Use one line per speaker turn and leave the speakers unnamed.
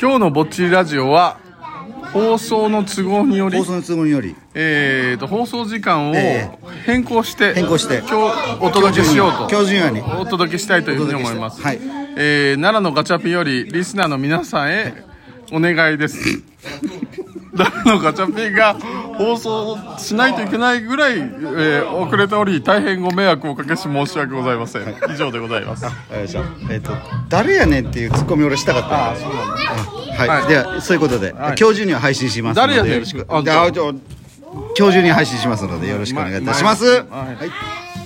今日のぼっちりラジオは放送の都合により
放送の都合により
えー、と放送時間を
え
変更して
変更して
今日お届けしようと
今日中にはね
お届けしたいというふうに思います、
お届けした
えー奈良のガチャピンよりリスナーの皆さんへお願いです 奈良のガチャピンが放送しないといけないぐらい、えー遅れており大変ご迷惑をおかけし申し訳ございません、以上でございます
えっと誰やねんっていうツッコミ俺したかったあそうなんはい、
はい
ではそういうことで、今日中には配信しますので
誰やねん
よろしく
あ
であじゃあ今日中に配信しますのでよろしくお願いいたします、
まあ
はい